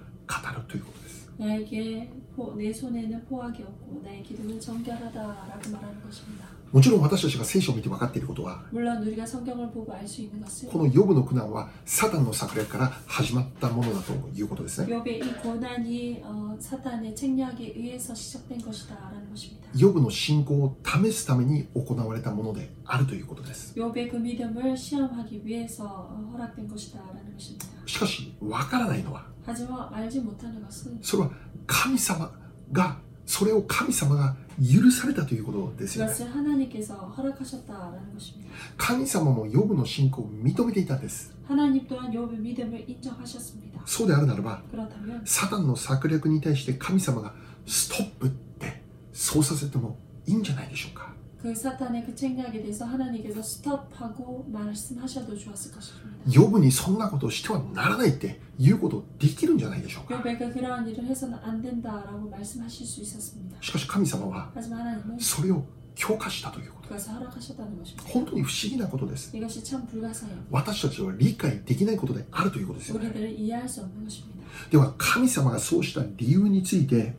S1: るということです
S2: 나에게 포- 내 손에는 포악이 없고 나의 기름은 정결하다. 라고 말하는 것입니다.
S1: もちろん私たちが聖書を見て分かっていることは
S2: 물론 우리가 성경을 보고 알 수 있는 것은
S1: このヨブの苦難はサタンの策略から始まったものだということですね
S2: 욥의 이 고난이 어, 사탄의 책략에 의해서 시작된 것이다. 라는 것입니다.
S1: ヨブの信仰を試すために行われたものであるということです
S2: 욥의 그 믿음을 시험하기 위해서 어, 허락된 것이다. 라는 것입니다.
S1: しかし分からないのは
S2: 하지만 알지 못하는 것은
S1: それは神様がそれを神様が許されたということですよね
S2: 그것을 하나님께서 허락하셨다라는 것입니다.
S1: 神様もヨブの信仰を認めていたんです
S2: 하나님 또한 욥의 믿음을 인정하셨습니다.
S1: そうであるならば
S2: 그렇다면
S1: サタンの策略に対して神様がストップってそうさせてもいいんじゃないでしょうか
S2: 그 사탄의 그 책략에 대해서 하나님께서 스톱하고 말씀하셔도 좋았을 것입니다.
S1: ヨブにそんなことをしてはならないっていうことできるんじゃないでしょうか
S2: 욥에게 그러한 일을 해서는 안 된다라고 말씀하실 수 있었습니다.
S1: しかし神様は
S2: 하지만 하나님은
S1: それを強化したということ
S2: 그것을 허락하셨다는 것입니다.
S1: 本当に不思議なことです
S2: 이것이 참 불가사해요.
S1: 私たちは理解できないことであるということですよね
S2: 우리들은 이해할 수 없는 것입니다.
S1: では神様がそうした理由について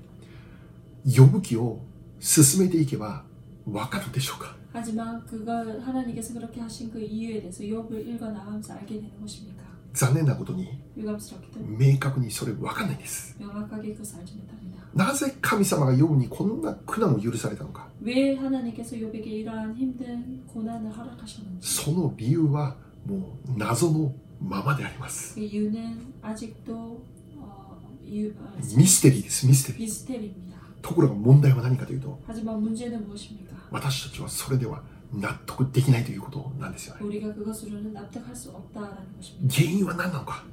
S1: 呼ぶ記を進めていけばわかるでしょうか
S2: 하지만 그걸 하나님께서 그렇게 하신 그 이유에 대해서 욥을 읽어 나가면서 알게 되는 것입니까?
S1: 残念なことに
S2: 유감스럽게도
S1: 明確にそれわかんないです。
S2: 명확하게 그것을 알지 못합니다.
S1: なぜ神様が呼ぶにこんな苦難を許されたのか。
S2: 왜 하나님께서 욥에게 이러한 힘든 고난을 허락하셨는지
S1: その理由はもう謎のままであります。
S2: 그 이유는 아직도 어, 이유, 어,
S1: ミステリーです、ミステリー。
S2: 미스테리입니다.
S1: ところが問題は何かというと、
S2: 하지만 문제는 무엇입니까?
S1: 私たちはそれでは納得できないということなんですよね。
S2: 우리가 그것으로는 납득할 수 없다라는 것입니다.
S1: 原因は何なのか、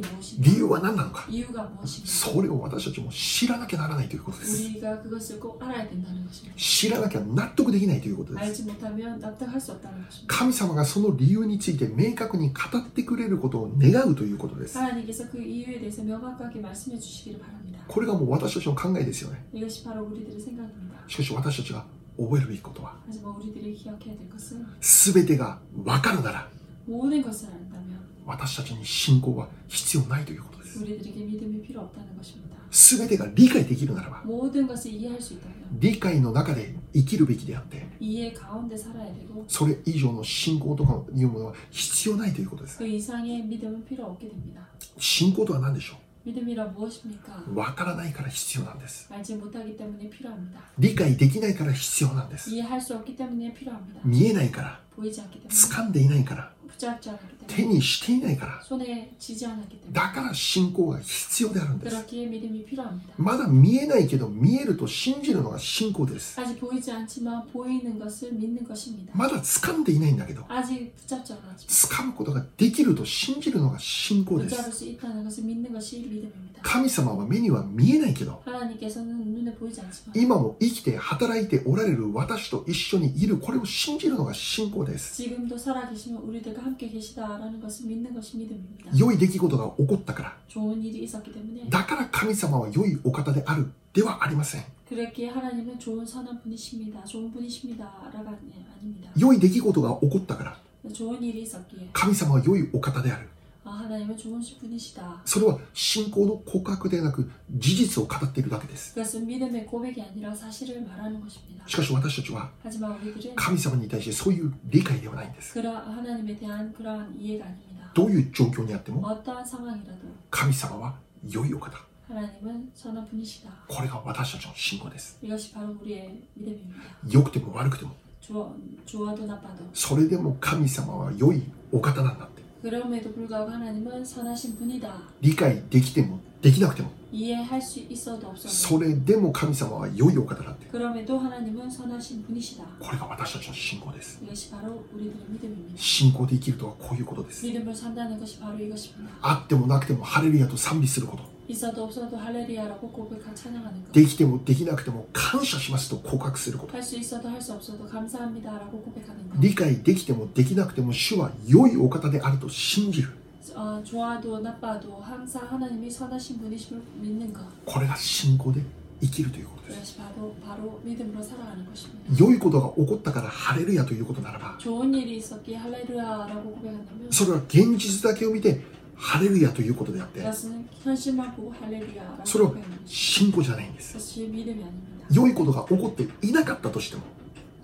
S1: 理
S2: 무엇인가?
S1: 由は何なのか、
S2: 이유가 무엇인가?
S1: それを私たちも知らなきゃならないということです。
S2: 우리가 그것을 꼭 알아야 된다는 것입니다.
S1: 知らなきゃ納得できないということです。
S2: 알지 못하면 납득할 수 없다는 것입니다.
S1: 神様がその理由について明確に語ってくれることを願うということです。
S2: 하나님께서 그 이유에 대해서 명확하게 말씀해 주시기를 바랍니다.
S1: これがもう私たちの考えですよね。
S2: 이것이 바로 우리들의 생각입니다.
S1: しかし私たちが覚えるべきことは
S2: 하지만 우리들이 기억해야 될 것은
S1: 全てが分かるなら
S2: 모든 것을 안다면
S1: 私たちに信仰は必要ないということで
S2: 우리들에게 믿음이 필요 없다는 것입니다.
S1: す全てが理解できるならば
S2: 모든 것을 이해할 수 있다면
S1: 理解の中で生きるべきであって
S2: 이해 가운데 살아야 되고
S1: それ以上の信仰とかいうものは必要ないということです
S2: 그 이상의 믿음은 필요 없게 됩니다.
S1: 信仰とは何でしょ
S2: 믿음이란 무엇입니까?
S1: う分からないから必要なんです
S2: 알지 못하기 때문에 필요합니다.
S1: 理解できないから必要なんです
S2: 이해할 수 없기 때문에 필요합니다.
S1: 見えないから
S2: 보이지 않기 때문에
S1: 掴んでいないから
S2: 붙잡지 않았기
S1: 手
S2: 때문에
S1: にしていないから
S2: 손에 지지 않았기 때문에
S1: だから信仰が必要であるんです
S2: 그렇기에 믿음이 필요합니다.
S1: まだ見えないけど見えると信じるのが信仰です
S2: 아직 보이지 않지만 보이는 것을 믿는 것입니다.
S1: まだ掴んでいないんだけど、
S2: 아직 붙잡지 않았지만
S1: 掴むことができると信じるのが信仰で
S2: 붙잡을
S1: す。
S2: 수 있다는 것을 믿는 것이 믿음입니다.
S1: 神様は目には見えないけど、
S2: 하나님께서는 눈에 보이지 않지만
S1: 今も生きて働いておられる私と一緒にいるこれを信じるのが信仰です。
S2: 지금도 살아계시면 우리들과 함께 계시다라는 것을 믿는 것이 믿음입니다.
S1: 良い出来事が起こったから、
S2: 좋은 일이 있었기 때문에
S1: だから神様は良いお方であるではありません。
S2: 그랬기에 하나님은 좋은 선한 분이십니다. 좋은 분이십니다라가 아니- 아닙니다.
S1: 良い出来事が起こったから、
S2: 좋은 일이 있었기에
S1: 神様は良いお方である。
S2: 아, 하나님은 좋은 분이시다.
S1: それは信仰の告白でなく事実を語っているだけです。
S2: 그것은 믿음의 고백이 아니라 사실을 말하는 것입니다.
S1: しかし私たちは
S2: 하지만 우리들은
S1: 神様に対してそういう理解ではないんです。
S2: 그러 하나님에 대한 그러한 이해가 아닙니다.
S1: どういう状況にあっても
S2: 어떠한 상황이라도
S1: 神様は良いお方
S2: 하나님은 선한 분이시다.
S1: これが私たちの信仰です
S2: 이것이 바로 우리의 믿음입니다.
S1: 良くても悪くても
S2: 좋아, 좋아도 나빠도
S1: それでも神様は良いお方なんだって
S2: 그럼에도 불구하고 하나님은 선하신 분이다.
S1: 理解できてもできなくても
S2: 이해할 수 있어도 없어도
S1: それでも神様は良いお方だって
S2: 그럼에도 하나님은 선하신 분이시다.
S1: これが私たちの信仰です
S2: 이것이 바로 우리들의 믿음입니다.
S1: 信仰で生きるとはこういうことです
S2: 믿음을 산다는 것이 바로 이것입니다.
S1: あってもなくてもハレルヤと賛美すること
S2: 있어도 없어도 할렐루야라고 고백하 찬양하는 것.
S1: できてもできなくても感謝しますと告白すること
S2: 할 수 있어도 할 수 없어도 감사합니다라고 고백하는 것.
S1: 理解できてもできなくても主は良いお方であると信じる
S2: 아, 좋아도 나빠도 항상 하나님이 선하신 분이심을 믿는 것
S1: これが信仰で生きるということです
S2: 그것이 바로 바로 믿음으로 살아가는 것입니다.
S1: 良いことが起こったからハレルヤということならば
S2: 좋은 일이 있었기에 할렐루야라고 고백한다면
S1: それは現実だけを見てハレルヤということであって
S2: 그것은 현실만 보고 할렐루야라고
S1: 서로-
S2: 고백합니다.
S1: 信仰じゃないんです
S2: 그것이 믿음이 아닙니다.
S1: 良いことが起こっていなかったとしても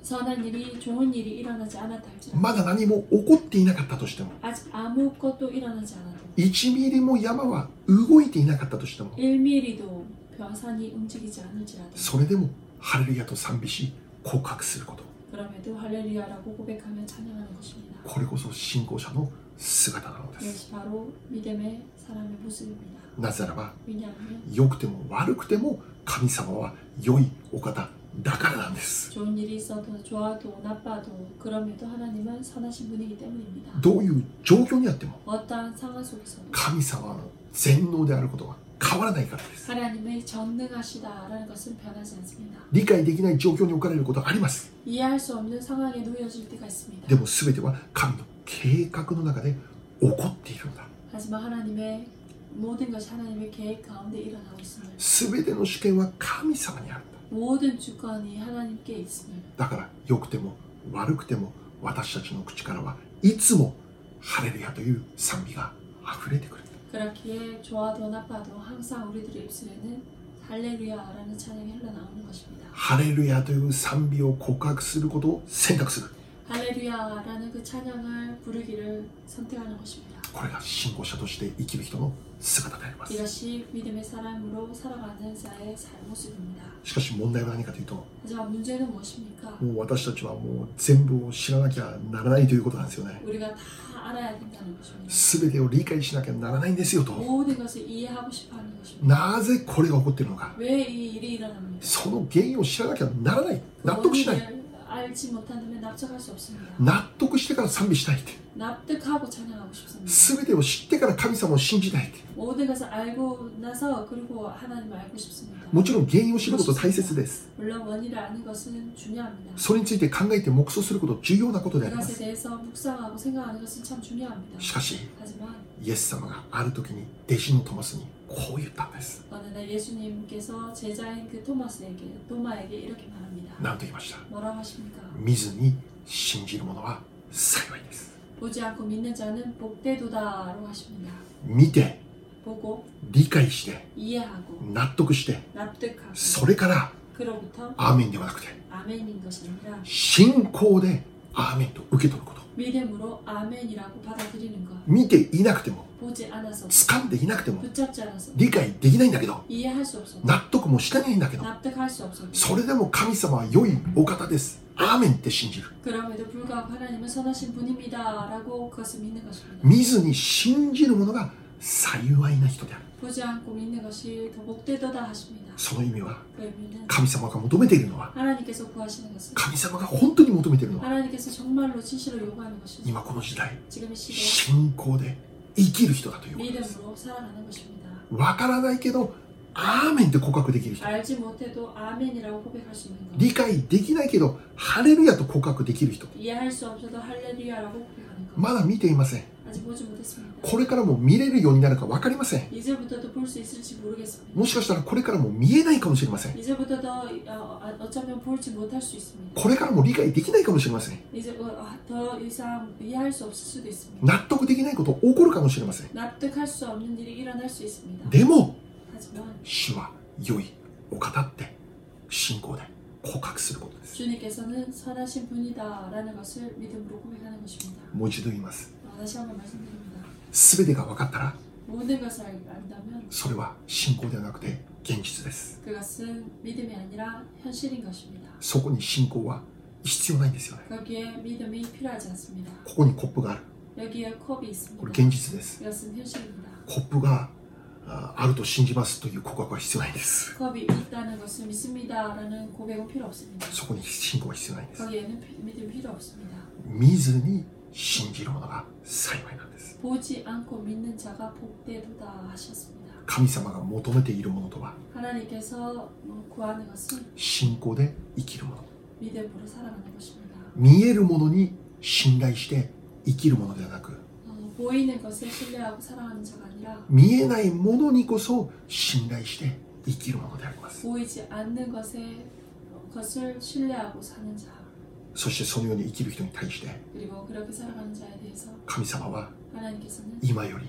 S2: 선한 일이 좋은 일이 일어나지 않았다 할지라도
S1: まだ何も起こっていなかったとしても
S2: 아직 아무것도 일어나지 않아도
S1: 1ミリも山は動いていなかったとしても
S2: 1mm도 벼산이 움직이지 않을지라도
S1: それでもハレルヤと賛美し告白すること
S2: 그럼에도 할렐루야라고 고백하며 찬양하는 것입니다.
S1: これこそ信仰者の姿なのです
S2: 이것이 바로 믿음의 사람의 모습입니다.
S1: なぜならば
S2: 왜냐하면
S1: 良くても悪くても神様は良いお方だからなんです
S2: 좋은 일이 있어도 좋아도 나빠도 그럼에도 하나님은 선하신 분이기 때문입니다.
S1: どういう状況にあっても
S2: 어떠한 상황 속에서도
S1: 神様の全能であることは変わらないからです
S2: 하나님의 전능하시다라는 것은 변하지 않습니다.
S1: 理解できない状況に置かれることはあります
S2: 이해할 수 없는 상황에 놓여질 때가 있습니다.
S1: でも全ては神の計画の中で起こっているんだ
S2: 하지만 하나님의 모든 것이 하나님의 계획 가운데 일어나고 있음을
S1: 全ての主権は神様にあるんだ
S2: 모든 주권이 하나님께 있음을
S1: だから良くても悪くても私たちの口からはいつもハレルヤという賛美が溢れてくる
S2: 그렇기에 좋아도 나빠도 항상 우리들의 입술에는 할렐루야라는 찬양이 흘러나오는 것입니다.
S1: ハレルヤという賛美を告白することを選択する
S2: 할렐루야라는 그 찬양을 부르기를 선택하는 것입니다.
S1: これが信仰者として生きる人の姿であります
S2: 이것이 믿음의 사람으로 살아가는 자의 살 모습입니다.
S1: しかし問題は何かというと
S2: 하지만 문제는 무엇입니까?
S1: もう私たちはもう全部を知らなきゃならないということなんですよね
S2: 우리가 다 알아야 된다는 것입니다.
S1: 全てを理解しなきゃならないんですよと
S2: 모든 것을 이해하고 싶어하는 것입니다.
S1: なぜこれが起こっているのか
S2: 왜 이 일이 일어납니까?
S1: その原因を知らなきゃならない納得しない
S2: 원인을 알지 못한다면 납작할 수 없습니다.
S1: 納得してから賛美したいって
S2: 납득하고 찬양하고 싶습니다.
S1: 全てを知ってから神様を信じたいって
S2: 모든 것을 알고 나서 그리고 하나님을 알고 싶습니다.
S1: もちろん原因を知ること大切です
S2: 물론 원인을 아는 것은 중요합니다.
S1: それについて考えて黙想すること重要なことでありま
S2: 그것에
S1: す
S2: 대해서 묵상하고 생각하는 것은 참 중요합니다.
S1: しかし
S2: 하지만
S1: イエス様がある時に弟子のトマスにこう言ったんです
S2: 어느 날 예수님께서 제자인 그 토마스에게 도마에게 이렇게 말합니다.
S1: 何と言いました
S2: 뭐라고 하십니까?
S1: 見ずに信じる者は幸いです
S2: 보지 않고 믿는 자는 복되도다라고 하십니다.
S1: 見て
S2: 보고
S1: 理解して
S2: 이해하고
S1: 納得して
S2: 납득하고
S1: それから
S2: 그로부터
S1: アーメンではなくて
S2: 아멘인 것이 아니라
S1: 信仰でアーメンと受け取ること
S2: 믿음으로 아멘이라고 받아들이는 것
S1: 見ていなくても
S2: 보지 않아서
S1: 掴んでいなくても
S2: 붙잡지 않아서
S1: 理解できないんだけど
S2: 이해할 수 없어
S1: 納得もしてないんだけど
S2: 납득할 수 없어
S1: それでも神様は良いお方ですアーメンって信じる
S2: 그럼에도 불구하고 하나님은 선하신 분입니다라고 그것을 믿는 것입니다
S1: 見ずに信じる者が幸いな人である
S2: 보지 않고 믿는 것이 더 복되도다 하십니다
S1: その意味は
S2: 그 의미는
S1: 神様が求めているのは
S2: 하나님께서 구하시는 것은
S1: 神様が本当に求めているのは
S2: 하나님께서 정말로 진실로 요구하는 것입니다
S1: 今この時代
S2: 지금 이 시대에
S1: 信仰で生きる人だということです
S2: 믿음으로 살아가는 것입니다
S1: わからないけどアーメンって告白できる人
S2: 알지 못해도 아멘이라고 고백할 수 있는 것
S1: 理解できないけどハレルヤと告白できる人
S2: 이해할 수 없어도 할렐루야라고 고백하는 것
S1: まだ見ていません
S2: 아직 보지 못했습니다
S1: これからも見れるようになるか分かりません
S2: 이제부터도 볼 수 있을지 모르겠습니다
S1: もしかしたらこれからも見えないかもしれません
S2: 이제부터 더 어, 아, 어쩌면 볼지 못할 수 있습니다.
S1: これからも理解できないかもしれません
S2: 이제 어, 아, 더 이상 이해할 수 없을 수도 있습니다.
S1: 納得できないこと起こるかもしれません
S2: 납득할 수 없는 일이 일어날 수 있습니다.
S1: でも
S2: 하지만
S1: 主は良いお方って信仰で告白することです
S2: 주님께서는 선하신 분이다라는 것을 믿음으로 고백하는 것입니다.
S1: もう一度言います
S2: 어, 다시 한번 말씀드립니다.
S1: 全てが分かったら
S2: 모든 것을 알- 안다면
S1: それは信仰ではなくて現実です
S2: 그것은 믿음이 아니라 현실인 것입니다.
S1: そこに信仰は必要ないんですよね
S2: 거기에 믿음이 필요하지 않습니다.
S1: ここにコップがある
S2: 여기에 컵이
S1: これ
S2: 있습니다.
S1: 現実です
S2: 이것은 현실입니다.
S1: コップがああると信じますという告白は必要ないんです
S2: 컵이 있다는 것을 믿습니다라는 고백은 필요 없습니다.
S1: そこに信仰は必要ないんです
S2: 거기에는 피- 믿음 필요 없습니다.
S1: 見ずに信じるものが幸いなんです
S2: 보지 않고 믿는 자가 복되도다 하셨습니다.
S1: 神様が求めているものとは
S2: 하나님께서 어, 구하는 것은
S1: 信仰で生きるもの
S2: 믿음으로 살아가는 것입니다.
S1: 見えるものに信頼して生きるものではなく
S2: 어, 보이는 것을 신뢰하고 사랑하는 자가 아니라
S1: 見えないものにこそ信頼して生きるものであります
S2: 보이지 않는 것에 것을 신뢰하고 사는 자
S1: そしてそのように生きる人に対して
S2: 그리고 그렇게 살아가는 자에 대해서
S1: 神様は
S2: 하나님께서는
S1: 今より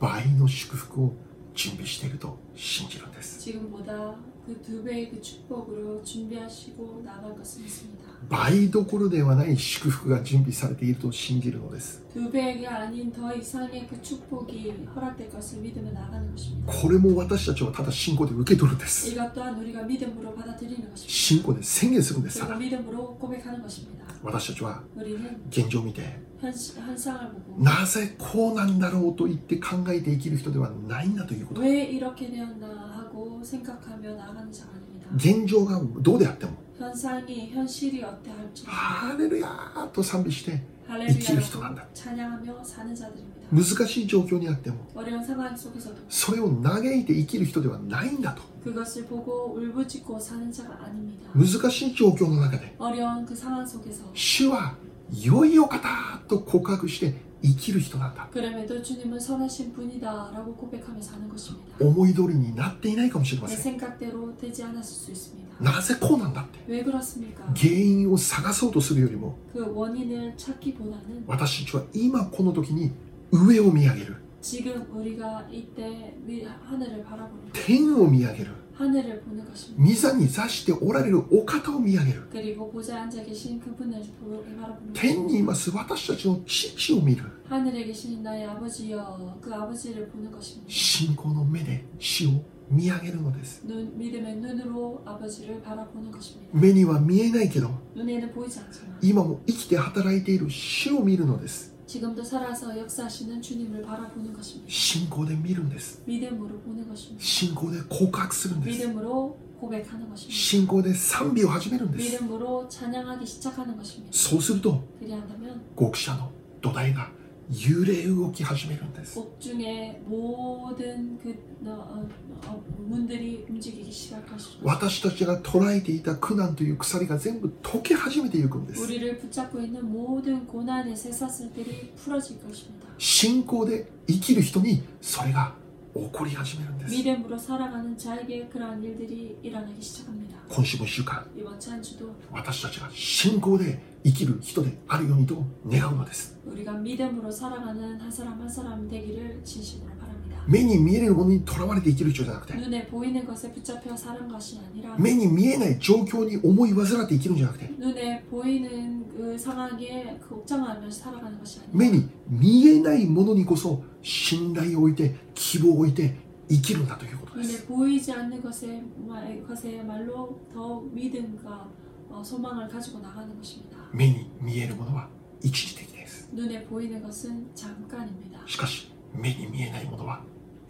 S1: 倍の祝福を準備していると信じるんです
S2: 지금보다 그 두 배의 그 축복으로 준비하시고 나갈 것을 믿습니다.
S1: 倍どころではない祝福が準備されていると信じるのです
S2: 두 배가 아닌 더 이상의 그 축복이 허락될 것을 믿으며 나가는 것입니다.
S1: これも私たちはただ信仰で受け取るんです
S2: 이것 또한 우리가 믿음으로 받아들이는 것입니다.
S1: 信仰で宣言するんですか
S2: 그리고
S1: ら
S2: 믿음으로 고백하는 것입니다.
S1: 私たちは
S2: 우리는
S1: 現状を見て
S2: 현, 현상을 보고
S1: なぜこうなんだろうと言って考えて生きる人ではないんだということ
S2: 왜 이렇게 되었나 하고 생각하며 나가는 자가 아닙니다.
S1: 現状がどうであっても
S2: 현상이 현실이 어때할지
S1: ハレルヤーと賛美して生きる人なんだ
S2: 할렐루야라고 찬양하며 사는 자들입니다.
S1: 難しい状況にあっても
S2: 어려운 상황 속에서도
S1: それを嘆いて生きる人ではないんだと
S2: 그것을 보고 울부짖고 사는 자가 아닙니다.
S1: 難しい状況の中で
S2: 어려운 그 상황 속에서
S1: 主は良いお方と告白して生きる人なんだ
S2: 그럼에도 주님은 선하신 분이다라고 고백하며 사는 것입니다.
S1: 思い通りになっていないかもしれま
S2: 내
S1: せん
S2: 생각대로 되지 않았을 수 있습니다.
S1: なぜこうなんだって
S2: 왜 그렇습니까?
S1: 原因を探そうとするよりも
S2: 그 원인을 찾기보다는
S1: 私たちは今この時に上を見上げる
S2: 지금 우리가 이때 위- 하늘을 바라보는 것,
S1: 天を見上げる
S2: 하늘을 보는 것입니다.
S1: 御座に座しておられるお方を見上げる
S2: 그리고 보좌에 앉아 계신 그분을 보- 바라보는
S1: 天にい
S2: 것입니다.
S1: ます私たちの父を見る
S2: 하늘에 계신 나의 아버지여 그 아버지를 보는 것입니다.
S1: 信仰の目で死を見上げるのです
S2: 눈, 믿음의 눈으로 아버지를 바라보는 것입니다.
S1: 目には見えないけど
S2: 눈에는 보이지 않지만
S1: 今も生きて働いている主を見るのです
S2: 지금도 살아서 역사하시는 주님을 바라보는 것입니다.
S1: 信仰で見るんです
S2: 믿음으로 보는 것입니다.
S1: 信仰で告白するんです
S2: 믿음으로 고백하는 것입니다.
S1: 信仰で賛美を始めるんです
S2: 믿음으로 찬양하기 시작하는 것입니다.
S1: そうすると
S2: 그리한다면
S1: 極者の土台が揺れ動き始めるんです
S2: 옥 중에 모든 그 어, 어, 어, 문들이 움직이기 시작할 수 있습니다.
S1: 私たちが捉えていた苦難という鎖が全部解け始めていくんです
S2: 우리를 붙잡고 있는 모든 고난의 쇠사슬들이 풀어질 것입니다.
S1: 信仰で生きる人にそれが起こり始めるんです
S2: 믿음으로 살아가는 자에게 그러한 일들이 일어나기 시작합니다.
S1: 今週も1週間
S2: 이번 주 한 주도
S1: 私たちが信仰で生きる人であるようにと願うのです
S2: 우리가 믿음으로 살아가는 한 사람 한 사람 되기를 진심으로 바랍니다.
S1: 目に見えるものにとらわれて生きる人じゃなくて
S2: 눈에 보이는 것에 붙잡혀 사는 것이 아니라
S1: 目に見えない状況に思い患って生きるんじゃなくて
S2: 눈에 보이는 그 상황에 그 걱정하면서 살아가는 것이
S1: 目
S2: 아니라
S1: に見えないものにこそ信頼を置いて希望を置いて生きるんだということです
S2: 눈에 보이지 않는 것에, 말- 것에 말로 더 믿음과 어, 소망을 가지고 나가는 것입니다.
S1: 目に見えるものは一時的です
S2: 눈에 보이는 것은 잠깐입니다.
S1: しかし目に見えないものは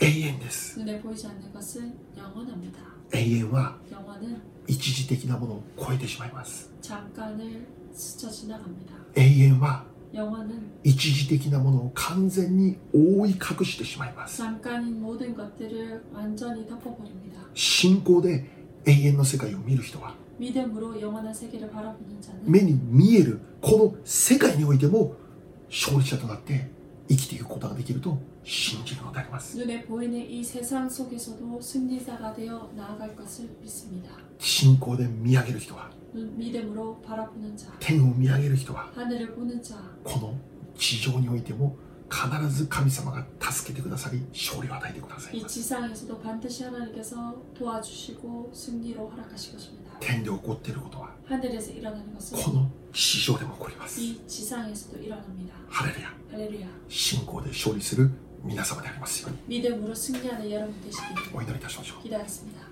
S1: 永遠です
S2: 눈에 보이지 않는 것은 영원합니다.
S1: 永遠は
S2: 영원은
S1: 一時的なものを超えてしまいます
S2: 잠깐을 스쳐 지나갑니다.
S1: 永遠は
S2: 영원은
S1: 一時的なものを完全に覆い隠してしまいます。
S2: 잠깐인 모든 것들을 완전히 덮어버립니다.
S1: 信仰で永遠の世界を見る人は、
S2: 믿음으로 영원한 세계를 바라보는 자는
S1: 目に見えるこの世界においても勝利者となって生きていくことができると信じるのであります。
S2: 눈에 보이는 이 세상 속에서도 승리자가 되어 나아갈 것을 믿습니다.
S1: 信仰で見上げる人は、
S2: 눈- 믿음으로 바라보는 자,
S1: 天を見上げる人は、
S2: 하늘을 보는 자,
S1: この地上においても必ず神様が助けてくださり、勝利を与えてください
S2: 이
S1: ます。
S2: 지상에서도 반드시 하나님께서 도와주시고 승리로 허락하실 것입니다.
S1: 天で起こっていることは、
S2: 하늘에서 일어나는
S1: こ
S2: 것은
S1: の地上でも起こります。
S2: 이 지상에서도 일어납니다.
S1: ハレルヤ、
S2: 할렐루야.
S1: 信仰で勝利する皆様でありますように
S2: 믿음으로 승리하는 여러분 되시길
S1: お祈りいたしましょう。
S2: 기대하겠습니다.